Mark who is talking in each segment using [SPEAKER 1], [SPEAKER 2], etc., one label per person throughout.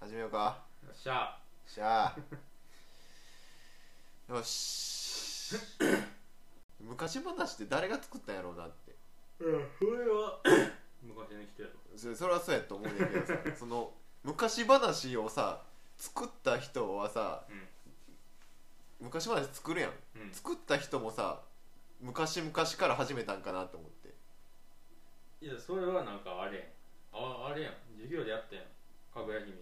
[SPEAKER 1] 始めようか
[SPEAKER 2] よっしゃ
[SPEAKER 1] しゃあよし昔話って誰が作ったんやろうなって
[SPEAKER 2] うんそれは昔の人やろ
[SPEAKER 1] そそれはそうやと思うねんだけどさその昔話をさ作った人はさ
[SPEAKER 2] う
[SPEAKER 1] 昔話作るやん
[SPEAKER 2] んうん
[SPEAKER 1] 作った人もさ昔々から始めたんかなと思って
[SPEAKER 2] いやそれはなんかあれやんああれやん授業でやったやんかぐや姫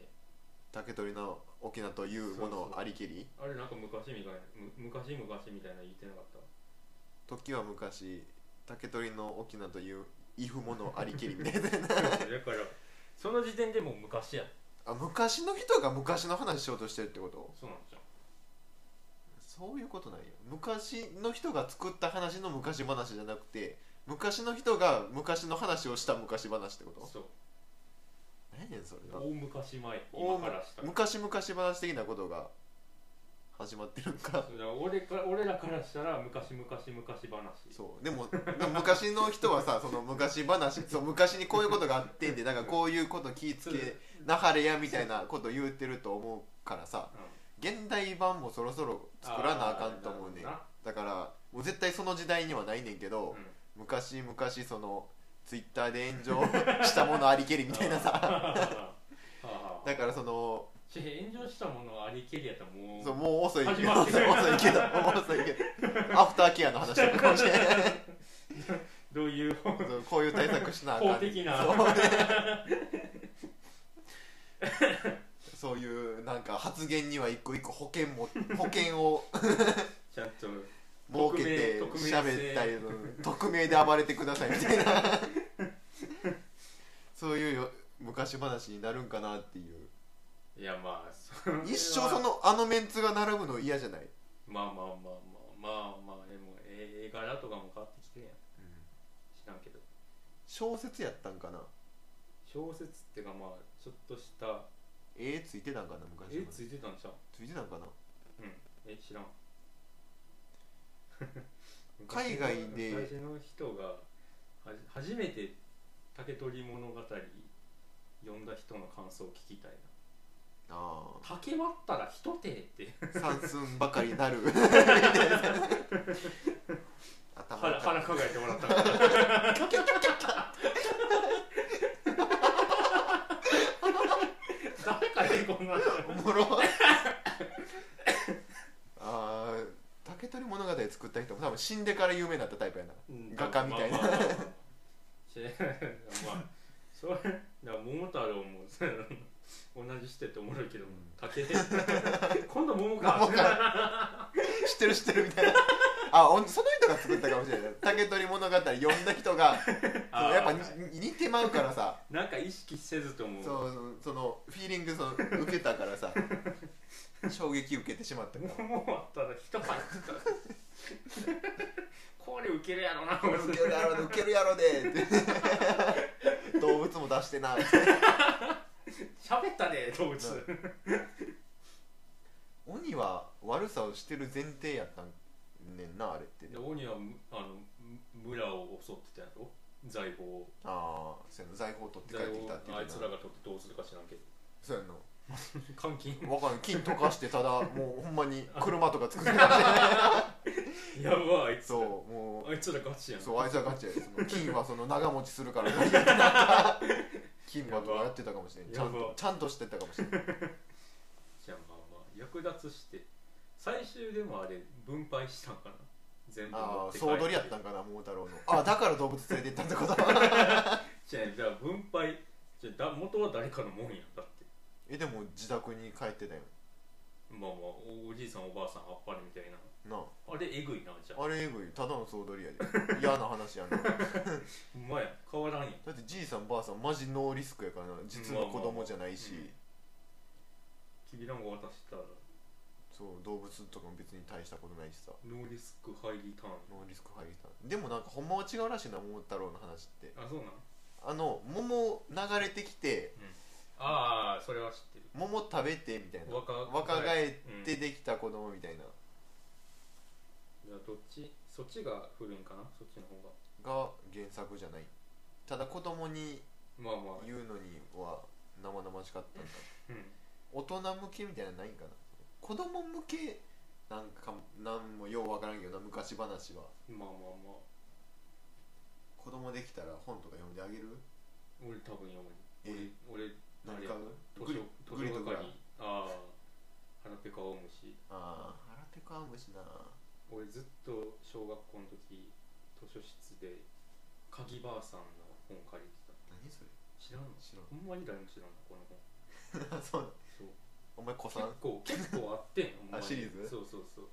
[SPEAKER 1] 竹取の沖縄というものありきり
[SPEAKER 2] あれなんか昔みたいなむ昔昔みたいなの言ってなかった
[SPEAKER 1] 時は昔竹取の沖縄というイフものありきりみたいな
[SPEAKER 2] だからその時点でもう昔やん
[SPEAKER 1] あ昔の人が昔の話しようとしてるってこと
[SPEAKER 2] そうなんじゃん
[SPEAKER 1] そういうことなんや昔の人が作った話の昔話じゃなくて昔の人が昔の話をした昔話ってこと
[SPEAKER 2] そう
[SPEAKER 1] 何やねんそれな
[SPEAKER 2] 大昔前今から したら
[SPEAKER 1] 昔々話的なことが始まってるんか
[SPEAKER 2] そうだから俺から俺らからしたら昔昔昔話
[SPEAKER 1] そうでもでも昔の人はさその昔話そう昔にこういうことがあってんでなんかこういうこと気ぃつけなはれやみたいなこと言ってると思うからさ
[SPEAKER 2] うん
[SPEAKER 1] 現代版もそろそろ作らなあかんと思うねん
[SPEAKER 2] あーなるほ
[SPEAKER 1] だからもう絶対その時代にはないねんけど、
[SPEAKER 2] うん
[SPEAKER 1] 昔々そのツイッターで炎上したものありけりみたいなさ だからその
[SPEAKER 2] し炎上したものはありけりやったらもう
[SPEAKER 1] そうもう遅いけ
[SPEAKER 2] 始
[SPEAKER 1] ど
[SPEAKER 2] まっ
[SPEAKER 1] 遅い
[SPEAKER 2] て
[SPEAKER 1] けど
[SPEAKER 2] る
[SPEAKER 1] もう遅いけどアフターケアの話とかか もしれない
[SPEAKER 2] どういう
[SPEAKER 1] そうこういう対策しなあかん
[SPEAKER 2] 法的な
[SPEAKER 1] そうそういうなんか発言には一個一個保険 も保険を
[SPEAKER 2] ちゃんと
[SPEAKER 1] 設けて
[SPEAKER 2] 匿名匿名性
[SPEAKER 1] 喋ったりうん匿名で暴れてくださいみたいな そういうよ昔話になるんかなっていう
[SPEAKER 2] いやまあそれは
[SPEAKER 1] 一生そのあのメンツが並ぶの嫌じゃない、
[SPEAKER 2] まあまあまあまあまあまあでもえ映画だとかも変わってきてるやん知らんけど
[SPEAKER 1] 小説やったんかな
[SPEAKER 2] 小説っていうかまあちょっとした
[SPEAKER 1] 絵ついてたんかな昔
[SPEAKER 2] え
[SPEAKER 1] の
[SPEAKER 2] ついてたんちゃう
[SPEAKER 1] ついてたんかな
[SPEAKER 2] うんえ知らん
[SPEAKER 1] 海外で
[SPEAKER 2] 昔の人がはじ初めて「竹取物語」読んだ人の感想を聞きたいな
[SPEAKER 1] ああ
[SPEAKER 2] 竹割ったら一手って
[SPEAKER 1] 三寸ばかり なる頭
[SPEAKER 2] 腹
[SPEAKER 1] が
[SPEAKER 2] 腹抱えてもらったから 誰かでこんなの
[SPEAKER 1] おもろあー竹取物語作った人も多分死んでから有名になったタイプやな画家みたいな
[SPEAKER 2] まあまあまあまあしまあそれだから桃太郎もそうやろ同じしてっておもろいけど、竹 今度桃か
[SPEAKER 1] 桃知ってる知ってるみたいなあほんその人が作ったかもしれない竹取物語読んだ人がそ
[SPEAKER 2] あ
[SPEAKER 1] の
[SPEAKER 2] ー
[SPEAKER 1] やっぱにに似てまうからさ
[SPEAKER 2] なんか意識せずとも
[SPEAKER 1] そうそのフィーリングその受けたから さ衝撃受けてしまったから
[SPEAKER 2] 桃あったら 一杯食ったらこれウケるやろな思って
[SPEAKER 1] ウケるやろでウケるやろで って動物も出してなって
[SPEAKER 2] 喋ったね動物
[SPEAKER 1] 鬼は悪さをしてる前提やったんねんなあれって
[SPEAKER 2] で鬼はむあのむ村を襲ってたやろ財宝を
[SPEAKER 1] ああそうやな財宝取って
[SPEAKER 2] 財
[SPEAKER 1] 帰ってき
[SPEAKER 2] 宝
[SPEAKER 1] たって
[SPEAKER 2] をあ
[SPEAKER 1] 言
[SPEAKER 2] いうつ
[SPEAKER 1] て
[SPEAKER 2] ら
[SPEAKER 1] た
[SPEAKER 2] が
[SPEAKER 1] な
[SPEAKER 2] 取ってどうするか知らんけど
[SPEAKER 1] そうやんの
[SPEAKER 2] 監禁
[SPEAKER 1] 分からん金溶かしてただもうほんまに車とか作って た
[SPEAKER 2] やばいあいつ
[SPEAKER 1] そうも
[SPEAKER 2] あいつらガチや
[SPEAKER 1] うんそうあいつはガチやでその金はその長持ちするから 金はとかやってたかもしれんちゃん
[SPEAKER 2] や
[SPEAKER 1] と
[SPEAKER 2] ば
[SPEAKER 1] ちゃんとしてたかもしれん
[SPEAKER 2] じゃあまあまあ役立つして最終でもあれ分配したんかな全部
[SPEAKER 1] あ
[SPEAKER 2] 持っ
[SPEAKER 1] あ
[SPEAKER 2] て帰
[SPEAKER 1] 総取りやったんかな桃太郎の ああだから動物連れて行ったってこと
[SPEAKER 2] じゃあじゃあ分配じゃあだ元は誰かのもんやだって
[SPEAKER 1] えでも自宅に帰ってたよ
[SPEAKER 2] まあまあおおじいさんおばあさんあっぱれみたいな
[SPEAKER 1] なあ
[SPEAKER 2] あれえぐいなじゃあ
[SPEAKER 1] あれえぐいただの総取りやで嫌な話やなだ
[SPEAKER 2] ほんまや変わらんやん
[SPEAKER 1] ってじいさんばあさんマジノーリスクやからな実の子供じゃないし、
[SPEAKER 2] まあまあきびだんご渡したら
[SPEAKER 1] そう動物とかも別に大したことないしさ
[SPEAKER 2] ノーリスクハイリターン
[SPEAKER 1] ノーリスク入りたでもなんかほんまは違うらしいな桃太郎の話って
[SPEAKER 2] あそうなん
[SPEAKER 1] あの桃流れてきて
[SPEAKER 2] ああそれは知ってる
[SPEAKER 1] 桃食べてみたいな
[SPEAKER 2] 若
[SPEAKER 1] 若
[SPEAKER 2] 返
[SPEAKER 1] 返ってできた子供みたいな、
[SPEAKER 2] じゃあどっちそっちが古いんかなそっちの方が
[SPEAKER 1] が原作じゃないただ子供に
[SPEAKER 2] まあまあ
[SPEAKER 1] 言うのには生々しかったんだ
[SPEAKER 2] うん
[SPEAKER 1] 大人向けみたいなのないんかな子供向けなんかもなんもようわからんけどな昔話は
[SPEAKER 2] まあまあまあ
[SPEAKER 1] 子供できたら本とか読んであげる
[SPEAKER 2] 俺多分やばい
[SPEAKER 1] え
[SPEAKER 2] 俺俺
[SPEAKER 1] 何買う
[SPEAKER 2] 図
[SPEAKER 1] グリグ
[SPEAKER 2] 書図
[SPEAKER 1] リ
[SPEAKER 2] 書
[SPEAKER 1] とか
[SPEAKER 2] 係ああ腹ペカオウムシ
[SPEAKER 1] ああ腹ペカムシな
[SPEAKER 2] 俺ずっと小学校の時図書室で鍵ばあさんの本借りてた
[SPEAKER 1] 何それ
[SPEAKER 2] 知らんの
[SPEAKER 1] 知
[SPEAKER 2] ほんまに誰も知らんのこの本
[SPEAKER 1] らん そう
[SPEAKER 2] そう
[SPEAKER 1] お前子さん
[SPEAKER 2] 結構結 構あってんほんまに
[SPEAKER 1] シリーズ
[SPEAKER 2] そうそうそう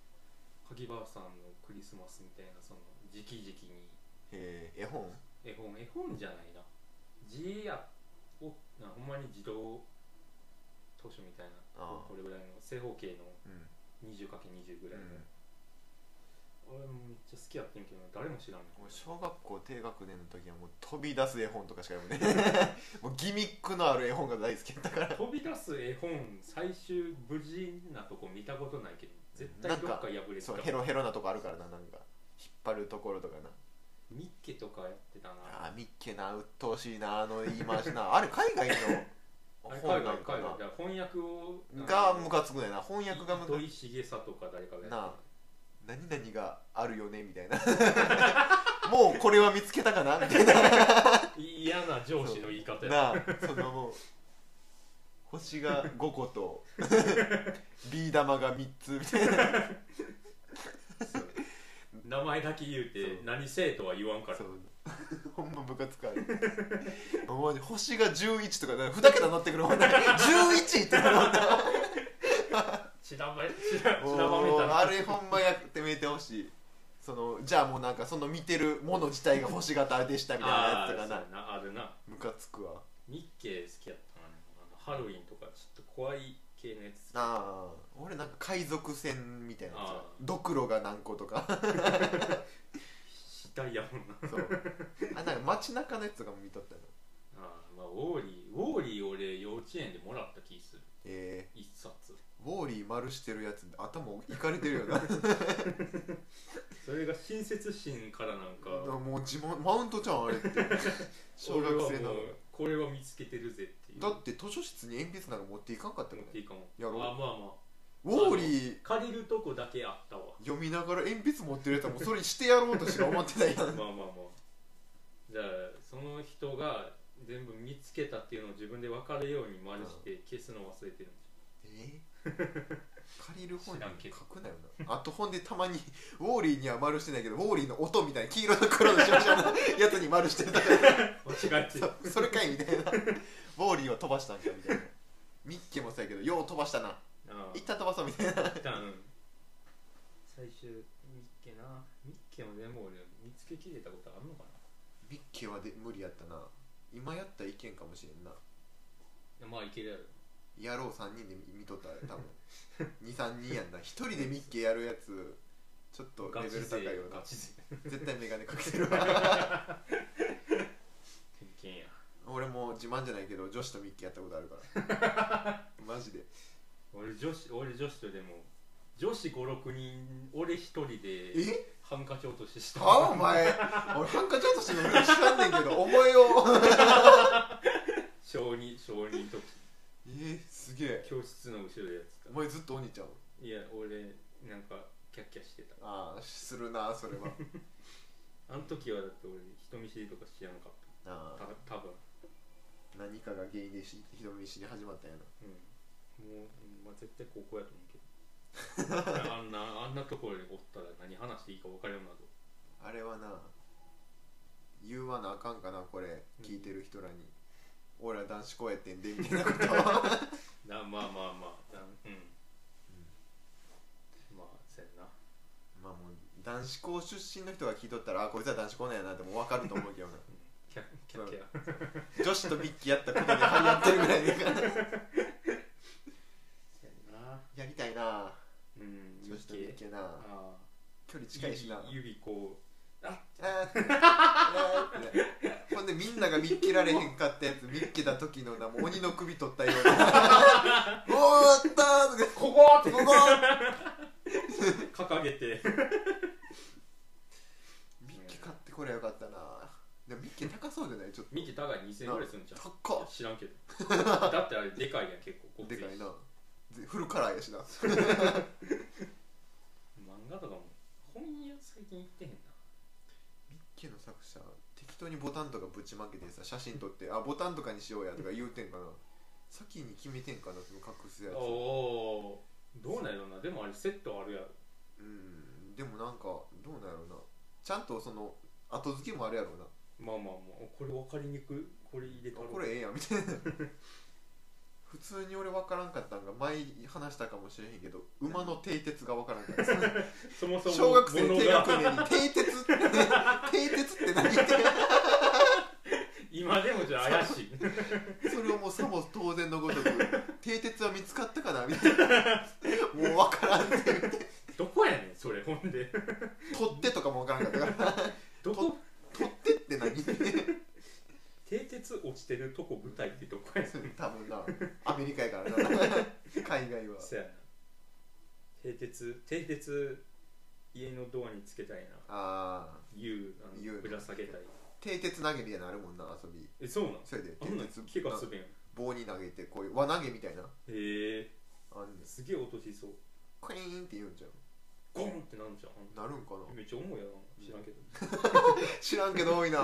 [SPEAKER 2] 鍵ばあさんのクリスマスみたいなその時期時期に
[SPEAKER 1] えー、絵本
[SPEAKER 2] 絵本絵本じゃないな字やおなほんまに自動図書みたいな
[SPEAKER 1] ああ
[SPEAKER 2] これぐらいの正方形の
[SPEAKER 1] うん
[SPEAKER 2] 20×20 ぐ
[SPEAKER 1] う
[SPEAKER 2] らいの、
[SPEAKER 1] ん
[SPEAKER 2] 俺もめっちゃ好きやってんけど誰も知らんねん
[SPEAKER 1] 俺小学校低学年の時はもう飛び出す絵本とかしか読む ねもうギミックのある絵本が大好きだったから
[SPEAKER 2] 飛び出す絵本最終無事なとこ見たことないけど絶対どっか破れてた
[SPEAKER 1] そうヘロヘロなとこあるからななんか引っ張るところとかな
[SPEAKER 2] ミッケとかやってたな
[SPEAKER 1] あーミッケな鬱陶しいなあの言い回しなあれ海外
[SPEAKER 2] あ
[SPEAKER 1] の
[SPEAKER 2] れ
[SPEAKER 1] 本
[SPEAKER 2] 海
[SPEAKER 1] な
[SPEAKER 2] 外
[SPEAKER 1] んか
[SPEAKER 2] 海外だから翻訳を
[SPEAKER 1] ながムカつくねんな翻
[SPEAKER 2] 翻
[SPEAKER 1] 訳がムカ
[SPEAKER 2] 糸井重里か誰かがやってた
[SPEAKER 1] なあ何々があるよねみたいなもうこれは見つけたかなみたいな
[SPEAKER 2] 嫌な上司の言い方や
[SPEAKER 1] なあそのもう星が5個とビー玉が3つみたいな
[SPEAKER 2] そう名前だけ言うて
[SPEAKER 1] そう
[SPEAKER 2] 何せえとは言わんから
[SPEAKER 1] そうほんまムカつくあれもうマジ星が11とかな2桁乗ってくるもんね11ってなるもんな
[SPEAKER 2] 散ら ば散ら散らば めた
[SPEAKER 1] あ
[SPEAKER 2] な
[SPEAKER 1] れほんまやってみてほしいそのじゃあもうなんかその見てるもの自体が星型でしたみたいなや
[SPEAKER 2] あ
[SPEAKER 1] つ
[SPEAKER 2] ー
[SPEAKER 1] とか
[SPEAKER 2] そうや
[SPEAKER 1] な
[SPEAKER 2] なあるな
[SPEAKER 1] ムカつくわ
[SPEAKER 2] ミッケ好きやったなあのハロウィンとかちょっと怖い系のやつ
[SPEAKER 1] なあ俺なんか海賊船みたいなやつ
[SPEAKER 2] あー
[SPEAKER 1] ドクロが何個とか
[SPEAKER 2] したいやもんな
[SPEAKER 1] そうあなんか街中のやつとかも見とったの
[SPEAKER 2] あーまあウォーリーウォーリー俺幼稚園でもらった気する
[SPEAKER 1] え
[SPEAKER 2] 一冊
[SPEAKER 1] ー、ウォーリー丸してるやつ頭いかれてるよな
[SPEAKER 2] それが親切心からなんか
[SPEAKER 1] もう自慢マウントじゃんあれ って小学生
[SPEAKER 2] 俺
[SPEAKER 1] なの
[SPEAKER 2] はもうこれは見つけてるぜっていう
[SPEAKER 1] だって図書室に鉛筆なんか持っていかんかった
[SPEAKER 2] 持
[SPEAKER 1] よ
[SPEAKER 2] ってい
[SPEAKER 1] ね
[SPEAKER 2] いかも
[SPEAKER 1] やろう
[SPEAKER 2] あまあまあ
[SPEAKER 1] ウォーリー
[SPEAKER 2] 借りるとこだけあったわ
[SPEAKER 1] 読みながら鉛筆持ってるやつはもうそれしてやろうとしか思ってない
[SPEAKER 2] まあ
[SPEAKER 1] よ
[SPEAKER 2] まあまあじゃあその人が全部見つけたっていうのを自分で分かるように丸して消すのを忘れてるんで
[SPEAKER 1] え 借りる本に
[SPEAKER 2] 知らんけど
[SPEAKER 1] 書くなよなあと本でたまにウォーリーには丸してないけどウォーリーの音みたいな黄色と黒のしわしわのやつに丸してたから
[SPEAKER 2] す よ間違えてる
[SPEAKER 1] そそれかいみたいなウォーリーを飛ばしたんかみたいなミッケもそうやけどよう飛ばしたな
[SPEAKER 2] ああ
[SPEAKER 1] 一旦飛ばそうみたいな
[SPEAKER 2] 一旦うん最終ミッケなミッケも全部俺見つけきれたことあんのか
[SPEAKER 1] ミッケはで無理やったな今やったらいけんかもしれんな
[SPEAKER 2] ないやまあいけるやろ
[SPEAKER 1] やろう3人で見とったら多分23 人やんな1人でミッケやるやつちょっと
[SPEAKER 2] ガ
[SPEAKER 1] レ
[SPEAKER 2] チ
[SPEAKER 1] ベル
[SPEAKER 2] 勢
[SPEAKER 1] 高いよな
[SPEAKER 2] ガチ勢
[SPEAKER 1] 絶対メガネかけてるわ
[SPEAKER 2] 偏見や
[SPEAKER 1] 俺もう自慢じゃないけど女子とミッキーやったことあるから マジで
[SPEAKER 2] 俺女子俺女子とでも女子56人俺一人で
[SPEAKER 1] え
[SPEAKER 2] ハンカチ落としした
[SPEAKER 1] はお前俺ハンカチ落としてるの知らんねんけど思えよ
[SPEAKER 2] 小2小2と
[SPEAKER 1] えー、すげえ
[SPEAKER 2] 教室の後ろでやってた
[SPEAKER 1] お前ずっとお兄ちゃん
[SPEAKER 2] いや俺なんかキャッキャしてた
[SPEAKER 1] ああするなそれは
[SPEAKER 2] あの時はだって俺人見知りとか知らなかっ
[SPEAKER 1] あ
[SPEAKER 2] た
[SPEAKER 1] あ
[SPEAKER 2] た多分
[SPEAKER 1] 何かが原因でし人見知り始まったんやな
[SPEAKER 2] うんもう、うんまあ、絶対高校やと思うけ どあんなあんなところにおったら何話していいか分からんなと
[SPEAKER 1] あれはな言わなあかんかなこれ
[SPEAKER 2] うん
[SPEAKER 1] 聞いてる人らに、俺ら男子校やってんでみたいな ことは
[SPEAKER 2] なまあまあまあなうん、まあせんな
[SPEAKER 1] まあもう男子校出身の人が聞いとったらあこいつは男子校なんやなってもう分かると思うけどな
[SPEAKER 2] キャッキャッキャ
[SPEAKER 1] 女子とミッキーやったことに張り合ってるぐらいで
[SPEAKER 2] せんな
[SPEAKER 1] やりたいな
[SPEAKER 2] うん
[SPEAKER 1] 女子とミッ
[SPEAKER 2] け
[SPEAKER 1] キーな
[SPEAKER 2] ああ
[SPEAKER 1] 距離近いしなあ
[SPEAKER 2] 指指こうあ
[SPEAKER 1] ーってあーってほんでみんなが見っけられへんかったやつ見っけた時のなもう鬼の首取った ような「おーやったー!」とか
[SPEAKER 2] ここ
[SPEAKER 1] 「ここ!
[SPEAKER 2] って掲げ て」
[SPEAKER 1] ミッキー買ってこりゃよかったなでもミッキー高そうじゃないちょっと
[SPEAKER 2] ミキ高い2000円ぐらいするんじゃん
[SPEAKER 1] 高っ
[SPEAKER 2] 知らんけどだってあれでかいやん結構ごつ
[SPEAKER 1] でかいな
[SPEAKER 2] し
[SPEAKER 1] フルカラーやしな
[SPEAKER 2] 漫画とかも本屋最近行ってへんな
[SPEAKER 1] ミッキーの作者適当にボタンとかぶちまけてさ写真撮ってあボタンとかにしようやとか言うてんかな先に決めてんかなその隠すやつ
[SPEAKER 2] おおーどうなんやろなでもあれセットあるやろ
[SPEAKER 1] うんでもなんかどうなんやろうなちゃんとその後付けもあるやろうな
[SPEAKER 2] まあまあまあこれ分かりにくいこれ入れた
[SPEAKER 1] あ
[SPEAKER 2] ろ
[SPEAKER 1] これええやんみたいな普通に俺分からんかったんが前話したかもしれへんけど馬の蹄鉄が分からんかった
[SPEAKER 2] そもそも
[SPEAKER 1] 小学生
[SPEAKER 2] 物
[SPEAKER 1] 低
[SPEAKER 2] が
[SPEAKER 1] 学年に蹄鉄って蹄鉄って何って
[SPEAKER 2] 今でもじゃあ怪しい
[SPEAKER 1] それをもうさも当然のごとく蹄鉄は見つかったかなみたいなもう分からんって言って
[SPEAKER 2] どこやねんそれほんで
[SPEAKER 1] 取ってとかも分からんかったから
[SPEAKER 2] どこ
[SPEAKER 1] 取ってって何
[SPEAKER 2] 蹄鉄落ちてるとこ舞台ってどこやねん
[SPEAKER 1] 多分なアメリカやからな海外は
[SPEAKER 2] そやな蹄鉄蹄鉄家のドアにつけたいな
[SPEAKER 1] ああ
[SPEAKER 2] U あの
[SPEAKER 1] U
[SPEAKER 2] ぶら下げたり
[SPEAKER 1] 蹄鉄投げみたいなのあるもんな遊び
[SPEAKER 2] えそうなん
[SPEAKER 1] それで
[SPEAKER 2] あんなん
[SPEAKER 1] 蹄鉄
[SPEAKER 2] 怪我するやん
[SPEAKER 1] 棒に投げてこういう輪投げみたいな
[SPEAKER 2] へえ
[SPEAKER 1] あんねん
[SPEAKER 2] すげえ音しそう
[SPEAKER 1] クイーンって言うんじゃん
[SPEAKER 2] ゴンってなんじゃん
[SPEAKER 1] なるんかな
[SPEAKER 2] めっちゃ重いやな知らんけど
[SPEAKER 1] 知らんけど多いな